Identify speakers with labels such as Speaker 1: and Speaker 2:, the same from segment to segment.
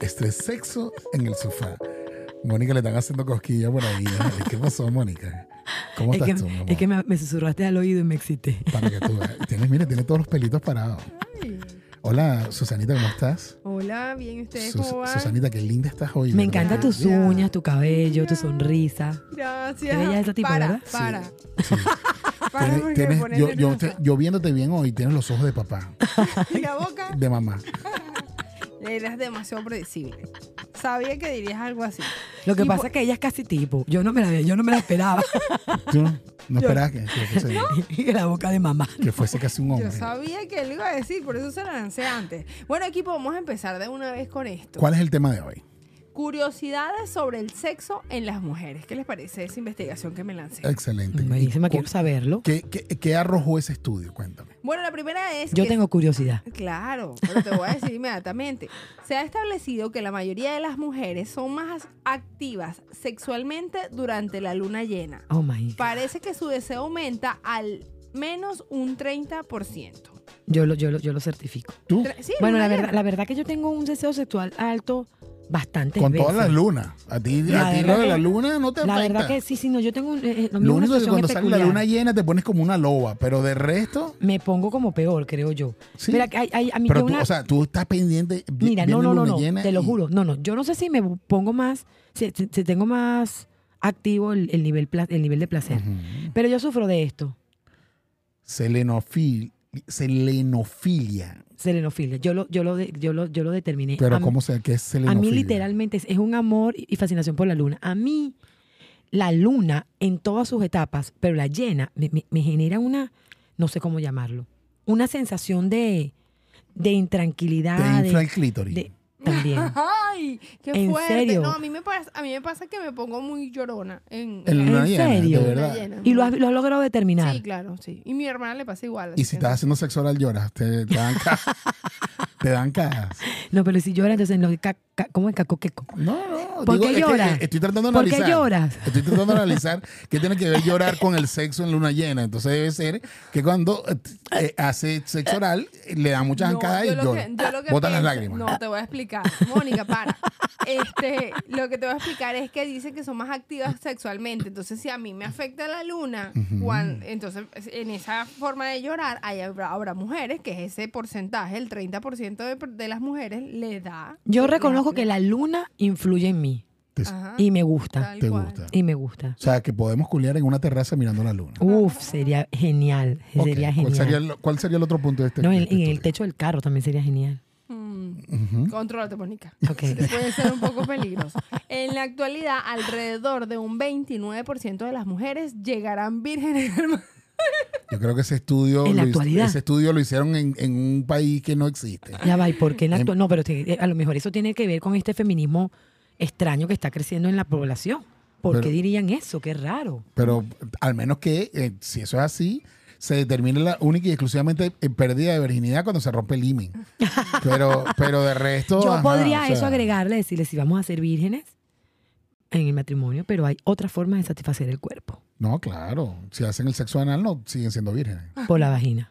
Speaker 1: Estrés sexo en el sofá. Mónica le están haciendo cosquillas por ahí. ¿eh? ¿Qué pasó, Mónica? ¿Cómo
Speaker 2: Es
Speaker 1: estás
Speaker 2: que,
Speaker 1: tú, mi amor?
Speaker 2: es que me, me susurraste al oído y me excité.
Speaker 1: Para que tú veas. Tienes, mira, tiene todos los pelitos parados.
Speaker 3: Ay,
Speaker 1: Hola, Susanita, ¿cómo estás?
Speaker 3: Hola, bien, ¿ustedes
Speaker 1: Sus-
Speaker 3: cómo van?
Speaker 1: Susanita, qué linda estás hoy.
Speaker 2: Me
Speaker 1: ¿verdad?
Speaker 2: encantan tus
Speaker 3: Gracias.
Speaker 2: uñas, tu cabello, tu sonrisa.
Speaker 3: Gracias.
Speaker 2: Qué bella esa tipa,
Speaker 3: para,
Speaker 2: ¿verdad?
Speaker 3: para,
Speaker 1: Sí.
Speaker 3: para,
Speaker 1: Tienes-
Speaker 3: porque
Speaker 1: tienes-
Speaker 3: me pones
Speaker 1: yo, yo,
Speaker 3: nerviosa.
Speaker 1: te- yo viéndote bien hoy, tienes los ojos de papá,
Speaker 3: Y la boca,
Speaker 1: de mamá.
Speaker 3: eres demasiado predecible. Sabía que dirías algo así.
Speaker 2: Lo que
Speaker 3: Y
Speaker 2: pasa es que ella es casi tipo. Yo no me la, yo no me la esperaba.
Speaker 1: ¿Tú no, no esperabas que, que fuese,
Speaker 2: Y la boca de mamá.
Speaker 1: que fuese casi un hombre?
Speaker 3: Yo sabía que él iba a decir, por eso se lo lancé antes. Bueno, equipo, vamos a empezar de una vez con esto.
Speaker 1: ¿Cuál es el tema de hoy?
Speaker 3: Curiosidades sobre el sexo en las mujeres. ¿Qué les parece esa investigación que me lancé?
Speaker 1: Excelente.
Speaker 2: Buenísima,
Speaker 1: ¿Y
Speaker 2: quiero saberlo.
Speaker 1: ¿Qué, qué, qué arrojó ese estudio? Cuéntame.
Speaker 3: Bueno, la primera es
Speaker 2: Yo
Speaker 3: que-
Speaker 2: tengo curiosidad.
Speaker 3: Claro, pero te voy a decir inmediatamente. Se ha establecido que la mayoría de las mujeres son más activas sexualmente durante la luna llena.
Speaker 2: Oh my. God.
Speaker 3: Parece que su deseo aumenta al menos un 30%.
Speaker 2: Yo lo, yo lo, yo lo certifico.
Speaker 1: ¿Tú?
Speaker 3: Tre- sí,
Speaker 2: Bueno,
Speaker 3: luna
Speaker 2: la verdad,
Speaker 3: llena.
Speaker 2: la verdad que yo tengo un deseo sexual alto bastante.
Speaker 1: Con todas las lunas. A ti,
Speaker 2: La
Speaker 1: a ti
Speaker 2: verdad
Speaker 1: lo de la
Speaker 2: que-
Speaker 1: luna no te
Speaker 2: La
Speaker 1: afecta.
Speaker 2: verdad que sí, sí, no, yo tengo un, eh, eh, lo mío
Speaker 1: Lo
Speaker 2: es
Speaker 1: único es
Speaker 2: una
Speaker 1: que
Speaker 2: situación
Speaker 1: cuando sale la
Speaker 2: peculiar.
Speaker 1: luna llena te pones como una loba, pero de resto...
Speaker 2: me pongo como peor, creo yo.
Speaker 1: Sí.
Speaker 2: Mira, que hay- hay- a mí
Speaker 1: Pero
Speaker 2: yo
Speaker 1: tú,
Speaker 2: una-
Speaker 1: o sea, tú estás pendiente. vi-
Speaker 2: mira, no,
Speaker 1: viene
Speaker 2: no, no,
Speaker 1: luna
Speaker 2: no,
Speaker 1: llena
Speaker 2: te lo
Speaker 1: y-
Speaker 2: juro. No, no, yo no sé si me pongo más, si, si- si tengo más activo el, el nivel, pla- el nivel de placer.
Speaker 1: Ujú.
Speaker 2: Pero yo sufro de esto,
Speaker 1: Selenofil- selenofilia.
Speaker 2: selenofilia. Yo lo, yo lo, de- yo lo, yo lo determiné.
Speaker 1: Pero
Speaker 2: Eh, a, mí-
Speaker 1: ¿cómo se qué es
Speaker 2: a
Speaker 1: selenofilia?
Speaker 2: mí literalmente es, es un amor y y fascinación por la luna. A mí la luna en todas sus etapas, pero la llena, me, me- me genera una, no sé cómo llamarlo, una sensación de, de
Speaker 1: Te
Speaker 2: intranquilidad. de-
Speaker 1: infla el clítoris.
Speaker 2: de- también.
Speaker 3: Ay, qué
Speaker 2: ¿En
Speaker 3: fuerte.
Speaker 2: serio?
Speaker 3: No, a mí me pasa, a mí me pasa que me pongo muy llorona en,
Speaker 1: En luna
Speaker 2: ¿En
Speaker 1: llena,
Speaker 2: serio?
Speaker 1: de
Speaker 3: luna
Speaker 1: verdad.
Speaker 3: llena.
Speaker 2: Y lo has, lo has logrado determinar.
Speaker 3: Sí, claro, sí. Y mi hermana le pasa igual.
Speaker 1: Y
Speaker 3: así
Speaker 1: si
Speaker 3: que no
Speaker 1: estás haciendo sexo oral lloras, te, te dan cajas. te dan cajas.
Speaker 2: No, pero si lloras, entonces, no, ca- ca- ¿cómo es cacoqueco?
Speaker 1: No, no.
Speaker 2: ¿Por qué
Speaker 1: es que,
Speaker 2: lloras?
Speaker 1: eh, estoy tratando de
Speaker 2: ¿Por qué
Speaker 1: analizar.
Speaker 2: lloras?
Speaker 1: Estoy tratando de analizar qué tiene que ver llorar con el sexo en luna llena. Entonces debe ser que cuando eh, eh, hace sexo oral eh, le da muchas
Speaker 3: No,
Speaker 1: ancadas
Speaker 3: yo
Speaker 1: y
Speaker 3: lo
Speaker 1: llora.
Speaker 3: que- yo lo que
Speaker 1: Botan las
Speaker 3: pienso-
Speaker 1: lágrimas.
Speaker 3: No, te voy a explicar. Mónica, para. Este, lo que te voy a explicar es que dice que son más activas sexualmente. Entonces, si a mí me afecta la luna, cuan- entonces en esa forma de llorar hay, habrá, habrá mujeres que es ese porcentaje, el 30% de, de las mujeres le da.
Speaker 2: Yo reconozco que la luna influye en mí
Speaker 1: Te,
Speaker 3: Ajá,
Speaker 2: y me gusta.
Speaker 3: tal
Speaker 1: te
Speaker 3: cual.
Speaker 1: gusta.
Speaker 2: Y me gusta.
Speaker 1: O sea, que podemos culiar en una terraza mirando la luna.
Speaker 2: Uf, sería genial.
Speaker 1: Ok,
Speaker 2: Sería
Speaker 1: ¿Cuál sería,
Speaker 2: genial.
Speaker 1: el, cuál sería el otro punto de este?
Speaker 2: No,
Speaker 1: de
Speaker 2: en,
Speaker 1: este
Speaker 2: en el
Speaker 1: estudio?
Speaker 2: techo del carro también sería genial.
Speaker 3: Mm,
Speaker 1: Ujú.
Speaker 3: Contrólate, Mónica.
Speaker 2: Ok.
Speaker 3: puede ser un poco peligroso. En la actualidad, alrededor de un 29% de las mujeres llegarán vírgenes al mar.
Speaker 1: Yo creo que ese estudio,
Speaker 2: En la
Speaker 1: lo, hic-
Speaker 2: actualidad.
Speaker 1: ese estudio lo hicieron en, en un país que no existe.
Speaker 2: Ya va, ¿y por qué en la
Speaker 1: Em-
Speaker 2: actual- No, pero te- eh, a lo mejor eso tiene que ver con este feminismo extraño que está creciendo en la población. ¿Por
Speaker 1: Pero-
Speaker 2: qué dirían eso? Qué raro.
Speaker 1: Pero al menos que, eh, si eso es así, se determine la única y exclusivamente eh, pérdida de virginidad cuando se rompe el himen. Pero, pero de resto.
Speaker 2: Yo
Speaker 1: ajá,
Speaker 2: podría
Speaker 1: o
Speaker 2: a
Speaker 1: sea,
Speaker 2: eso agregarle, decirle si vamos a ser vírgenes en el matrimonio, pero hay otra forma de satisfacer el cuerpo,
Speaker 1: No, claro. Si hacen el sexo anal, no siguen siendo vírgenes.
Speaker 2: por la vagina.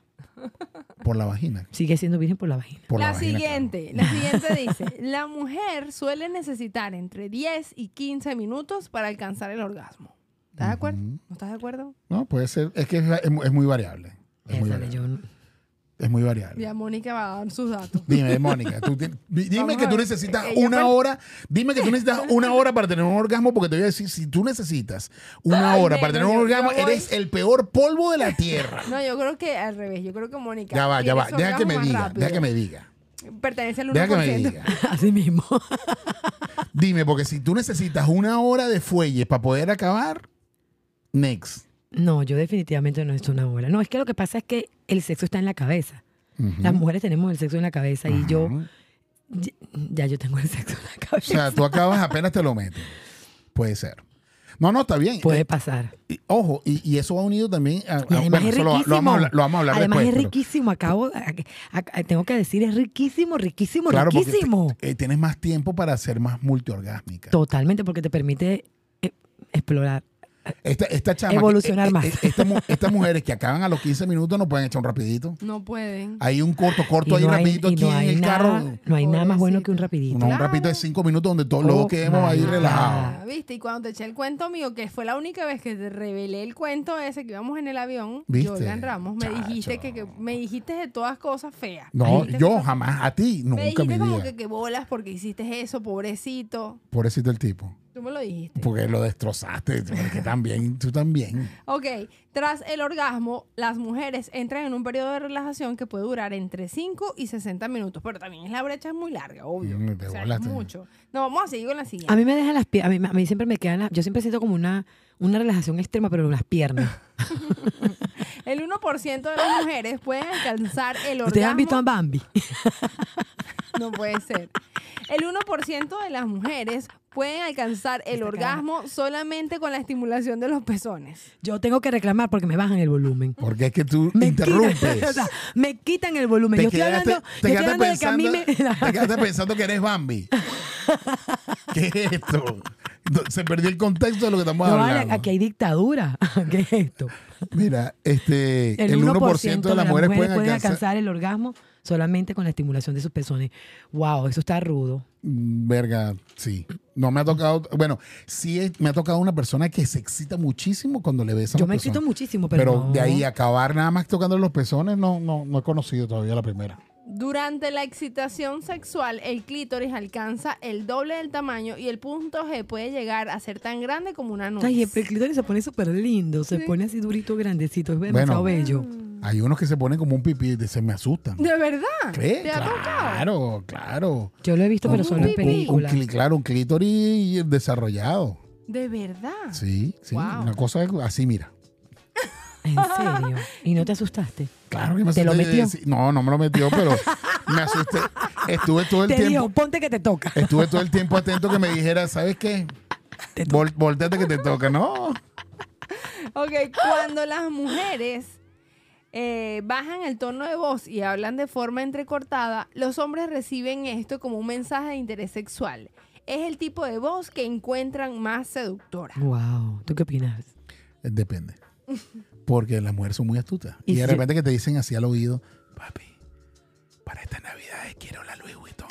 Speaker 1: Por la vagina.
Speaker 2: Sigue siendo virgen por la vagina.
Speaker 1: Por la,
Speaker 3: la,
Speaker 1: vagina,
Speaker 3: siguiente, la siguiente dice, la mujer suele necesitar entre 10 y 15 minutos para alcanzar el orgasmo. ¿Estás de acuerdo?
Speaker 1: Ujú.
Speaker 3: ¿No estás de acuerdo?
Speaker 1: claro. No, puede ser. Es que es, es mu- es muy variable. Es muy
Speaker 2: Érdale,
Speaker 1: variable.
Speaker 2: yo no-
Speaker 1: Es muy variable.
Speaker 3: Ya Mónica va a dar sus datos.
Speaker 1: Dime, Mónica, tú ti- di- dime
Speaker 3: Vamos
Speaker 1: que
Speaker 3: a
Speaker 1: tú
Speaker 3: ver.
Speaker 1: necesitas
Speaker 3: Ella
Speaker 1: una
Speaker 3: par-
Speaker 1: hora, dime que tú necesitas una hora para tener un orgasmo, porque te voy a decir, si tú necesitas una
Speaker 3: Ay,
Speaker 1: hora para tener
Speaker 3: negro,
Speaker 1: un
Speaker 3: yo-
Speaker 1: orgasmo,
Speaker 3: yo voy.
Speaker 1: eres el peor polvo de la tierra.
Speaker 3: No, yo creo que al revés. Yo creo que Mónica...
Speaker 1: Ya va, ya
Speaker 3: tiene
Speaker 1: va,
Speaker 3: su
Speaker 1: deja que me
Speaker 3: orgasmo más
Speaker 1: diga,
Speaker 3: rápido.
Speaker 1: deja que me diga,
Speaker 3: Pertenece al 1%.
Speaker 1: deja que me diga.
Speaker 2: Así mismo.
Speaker 1: Dime, porque si tú necesitas una hora de fuelle para poder acabar, next.
Speaker 2: No, yo definitivamente no he hecho una hora. No, es que lo que pasa es que el sexo está en la cabeza.
Speaker 1: Ujú.
Speaker 2: Las mujeres tenemos el sexo en la cabeza y yo
Speaker 1: Ajá.
Speaker 2: ya, ya yo tengo el sexo en la
Speaker 1: O
Speaker 2: cabeza.
Speaker 1: sea, tú acabas apenas te lo metes. Puede ser. No, no, está bien. Eh,
Speaker 2: Puede pasar.
Speaker 1: Y- ojo, y, y eso va unido también a... a-
Speaker 2: Y además
Speaker 1: bueno,
Speaker 2: es
Speaker 1: eso lo,
Speaker 2: riquísimo.
Speaker 1: lo vamos a hablar, lo vamos a hablar
Speaker 2: además
Speaker 1: después,
Speaker 2: es
Speaker 1: pero-
Speaker 2: riquísimo. Acabo, a- a- a- tengo que decir, es riquísimo, riquísimo,
Speaker 1: porque
Speaker 2: riquísimo.
Speaker 1: te- eh, tienes más tiempo para ser más multiorgásmica.
Speaker 2: Totalmente, porque te permite eh, explorar
Speaker 1: Esta, esta chama-
Speaker 2: Evolucionar
Speaker 1: eh, eh,
Speaker 2: más.
Speaker 1: eh, esta mu- estas mujeres que acaban a los 15 minutos no pueden echar un rapidito.
Speaker 3: No pueden.
Speaker 1: Hay un corto, corto,
Speaker 2: Y
Speaker 1: hay
Speaker 2: no
Speaker 1: un
Speaker 2: hay-
Speaker 1: rapidito
Speaker 2: y
Speaker 1: aquí
Speaker 2: no
Speaker 1: en
Speaker 2: hay
Speaker 1: el
Speaker 2: nada-
Speaker 1: carro.
Speaker 2: No hay nada más bueno que un
Speaker 1: No,
Speaker 2: rapidito.
Speaker 1: Un
Speaker 3: Claro.
Speaker 1: rapidito de 5 minutos donde todos
Speaker 2: Oh,
Speaker 1: luego quedemos ahí
Speaker 2: my
Speaker 1: relajados.
Speaker 2: God.
Speaker 3: Ah, ¿Viste? Y cuando te eché el cuento mío, que fue la única vez que te revelé el cuento ese que íbamos en el avión,
Speaker 1: ¿Viste?
Speaker 3: Jordan Ramos, me dijiste
Speaker 1: Chacho.
Speaker 3: que, que- me dijiste de todas cosas feas. Me
Speaker 1: No,
Speaker 3: dijiste
Speaker 1: yo
Speaker 3: cosas-
Speaker 1: jamás, a ti,
Speaker 3: Me
Speaker 1: nunca
Speaker 3: dijiste
Speaker 1: en mi
Speaker 3: como
Speaker 1: vida.
Speaker 3: que, que bolas porque hiciste eso, pobrecito.
Speaker 1: Pobrecito el tipo.
Speaker 3: Tú me lo dijiste.
Speaker 1: Porque lo destrozaste. Porque también, tú también.
Speaker 3: Ok, tras el orgasmo, las mujeres entran en un periodo de relajación que puede durar entre 5 y 60 minutos, pero también la brecha es muy larga, obvio.
Speaker 1: Mm, te
Speaker 3: o sea, es
Speaker 1: volaste.
Speaker 3: mucho. No, vamos a seguir con la siguiente.
Speaker 2: A mí me dejan las piernas, a mí, me- a mí siempre me quedan las, yo siempre siento como una, una relajación extrema, pero en las piernas.
Speaker 3: El 1% de las mujeres pueden alcanzar el orgasmo.
Speaker 2: Ustedes han visto a Bambi.
Speaker 3: No puede ser. El 1% de las mujeres pueden alcanzar el
Speaker 2: Esta cara.
Speaker 3: orgasmo solamente con la estimulación de los pezones.
Speaker 2: Yo tengo que reclamar porque me bajan el volumen.
Speaker 1: Porque es que tú
Speaker 2: Me
Speaker 1: interrumpes.
Speaker 2: Quitan, o sea, me quitan el volumen. Yo estoy hablando, yo
Speaker 1: te
Speaker 2: estoy
Speaker 1: quedaste
Speaker 2: hablando de que a mí me.
Speaker 1: te quedaste pensando que eres Bambi. ¿Qué es esto? No, Se perdió el contexto de lo que estamos
Speaker 2: No, vale,
Speaker 1: hablando.
Speaker 2: aquí hay dictadura. ¿Qué es esto?
Speaker 1: Mira, este, el, 1%, de las mujeres, pueden alcanzar.
Speaker 2: el orgasmo solamente con la estimulación de sus pezones. Wow, eso está rudo.
Speaker 1: Mm, Verga, sí. No me ha tocado. Bueno, sí es- me ha tocado una persona que se excita muchísimo cuando le besan.
Speaker 2: Yo
Speaker 1: los
Speaker 2: me excito
Speaker 1: pezones.
Speaker 2: muchísimo, pero,
Speaker 1: Pero
Speaker 2: no.
Speaker 1: de ahí acabar nada más tocando los pezones, no, no, no he conocido todavía la primera.
Speaker 3: Durante la excitación sexual, el clítoris alcanza el doble del tamaño y el punto G puede llegar a ser tan grande como una nuez.
Speaker 2: Ay, el clítoris se pone súper lindo, se
Speaker 3: Sí.
Speaker 2: pone así durito, grandecito, es demasiado bello.
Speaker 1: Hay unos que se ponen como un pipí y se me asustan.
Speaker 3: ¿De verdad?
Speaker 1: ¿Qué?
Speaker 3: ¿Te ha tocado?
Speaker 1: Claro, claro.
Speaker 2: Yo lo he visto, pero
Speaker 3: Un
Speaker 2: solo en
Speaker 3: pipí.
Speaker 2: películas.
Speaker 1: Un cli- claro, un clítoris desarrollado.
Speaker 3: ¿De verdad?
Speaker 1: Sí, sí.
Speaker 3: Wow.
Speaker 1: Una cosa así, mira.
Speaker 2: En serio. ¿Y no te asustaste?
Speaker 1: Claro que me
Speaker 2: ¿Te lo
Speaker 1: asusté de
Speaker 2: metió?
Speaker 1: decir- No, no me lo metió, pero me asusté. Estuve todo el
Speaker 2: Te
Speaker 1: tiempo.
Speaker 2: digo, ponte que te toca.
Speaker 1: Estuve todo el tiempo atento que me dijera, ¿sabes qué? Vol- volteate que te toca, ¿no?
Speaker 3: Ok, cuando las mujeres eh, bajan el tono de voz y hablan de forma entrecortada, los hombres reciben esto como un mensaje de interés sexual. Es el tipo de voz que encuentran más seductora.
Speaker 2: Wow, ¿tú qué opinas?
Speaker 1: Eh, Depende. Porque las mujeres son muy astutas.
Speaker 2: Y
Speaker 1: Y, de
Speaker 2: si-
Speaker 1: repente que te dicen así al oído, papi, para esta Navidad quiero la Louis Vuitton.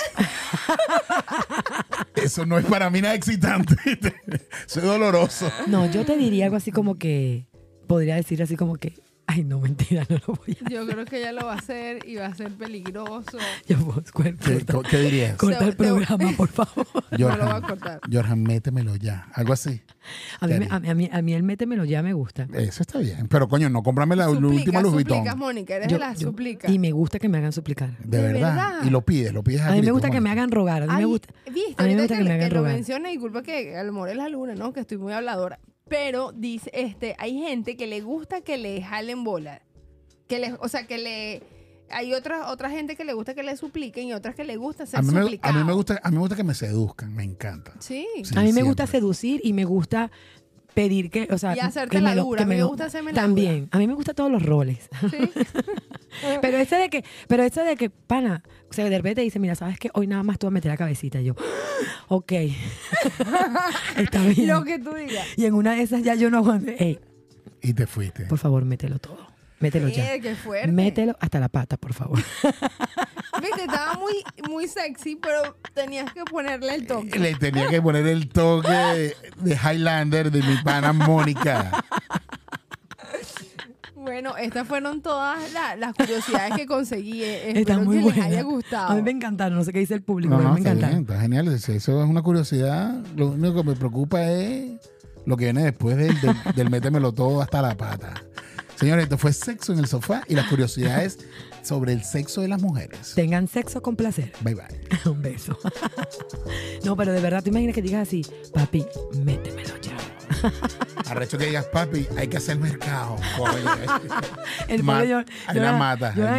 Speaker 1: Eso no es para mí nada excitante. Soy doloroso.
Speaker 2: No, yo te diría algo así como que. Podría decir así como que. Ay, no, mentira, no lo voy a.
Speaker 3: Yo creo que ella lo va a hacer y va a ser peligroso.
Speaker 2: Yo, pues, cuer-
Speaker 1: ¿Qué,
Speaker 2: corta,
Speaker 1: qué dirías?
Speaker 2: corta
Speaker 3: Se-
Speaker 2: el
Speaker 3: se-
Speaker 2: programa, por favor.
Speaker 3: No lo va a cortar.
Speaker 1: Jorjan, métemelo ya. Algo así.
Speaker 2: A mí, me- a, mí- a mí, a mí el métemelo ya me gusta.
Speaker 1: Eso está bien. Pero coño, no cómprame la
Speaker 3: Suplicas,
Speaker 1: última Louis Vuitton.
Speaker 3: suplicas, Mónica, eres
Speaker 2: Yo-
Speaker 3: de las
Speaker 2: yo-
Speaker 3: suplicas.
Speaker 2: Y me gusta que me hagan suplicar.
Speaker 1: De,
Speaker 3: ¿De
Speaker 1: verdad.
Speaker 3: verdad?
Speaker 1: Y lo pides, lo pides
Speaker 2: A mí me
Speaker 1: gritos,
Speaker 2: gusta que me
Speaker 1: Mónica.
Speaker 2: hagan rogar. A mí me
Speaker 3: Ay,
Speaker 2: gusta.
Speaker 3: Viste,
Speaker 2: a mí me
Speaker 3: ahorita
Speaker 2: gusta que
Speaker 3: que,
Speaker 2: me
Speaker 3: le-
Speaker 2: hagan
Speaker 3: que lo
Speaker 2: rogar.
Speaker 3: mencionas, disculpa que al amor es la luna, ¿no? Que estoy muy habladora. Pero dice, este, hay gente que le gusta que le jalen bola. Que le, o sea, que le. Hay otra, otra gente que le gusta que le supliquen y otras que le gusta ser
Speaker 1: A mí, me, a
Speaker 3: suplicado.
Speaker 1: mí me gusta, a mí me gusta que me seduzcan, me encanta.
Speaker 3: Sí.
Speaker 1: Sí,
Speaker 2: a mí me gusta
Speaker 1: siempre.
Speaker 2: seducir y me gusta pedir que, o sea,
Speaker 3: Y hacerte
Speaker 2: que
Speaker 3: la
Speaker 2: me lo-
Speaker 3: dura.
Speaker 2: que
Speaker 3: A mí me
Speaker 2: lo-
Speaker 3: gusta hacerme la
Speaker 2: también. A mí me gusta todos los roles.
Speaker 3: sí.
Speaker 2: Pero ese de que, pero ese de que, pana, o sea, de repente dice, mira, sabes que hoy nada más tú vas a meter la cabecita. Y yo, ok. Está bien.
Speaker 3: Lo que tú digas.
Speaker 2: Y en una de esas ya yo no aguanté. Ey,
Speaker 1: Y te fuiste.
Speaker 2: por favor, mételo todo. Mételo ya.
Speaker 3: Eh, qué fuerte.
Speaker 2: Mételo hasta la pata, por favor.
Speaker 3: Viste, estaba muy, muy sexy, pero tenías que ponerle el toque.
Speaker 1: Le tenía que poner el toque de- de Highlander de mi pana Mónica.
Speaker 3: Bueno, estas fueron todas la- las curiosidades que conseguí. Eh, Espero
Speaker 2: Está muy
Speaker 3: que
Speaker 2: buena.
Speaker 3: les haya gustado.
Speaker 2: A mí me encantaron. No sé qué dice el público,
Speaker 1: No,
Speaker 2: pero
Speaker 1: no,
Speaker 2: me
Speaker 1: está
Speaker 2: encantaron.
Speaker 1: bien, está genial. Eso es una curiosidad. Lo único que me preocupa es lo que viene después del, del, del métemelo todo hasta la pata. Señores, esto fue sexo en el sofá y las curiosidades sobre el sexo de las mujeres.
Speaker 2: Tengan sexo con placer.
Speaker 1: Bye bye.
Speaker 2: Un beso. No, pero de verdad, ¿te imaginas que digas así? Papi, métemelo ya.
Speaker 1: Arrecho que digas, papi, hay que hacer mercado. coño.
Speaker 2: El
Speaker 1: Ma-
Speaker 2: pobre yo-
Speaker 1: ahí
Speaker 2: yo
Speaker 1: la
Speaker 2: era-
Speaker 1: mata.
Speaker 2: yo era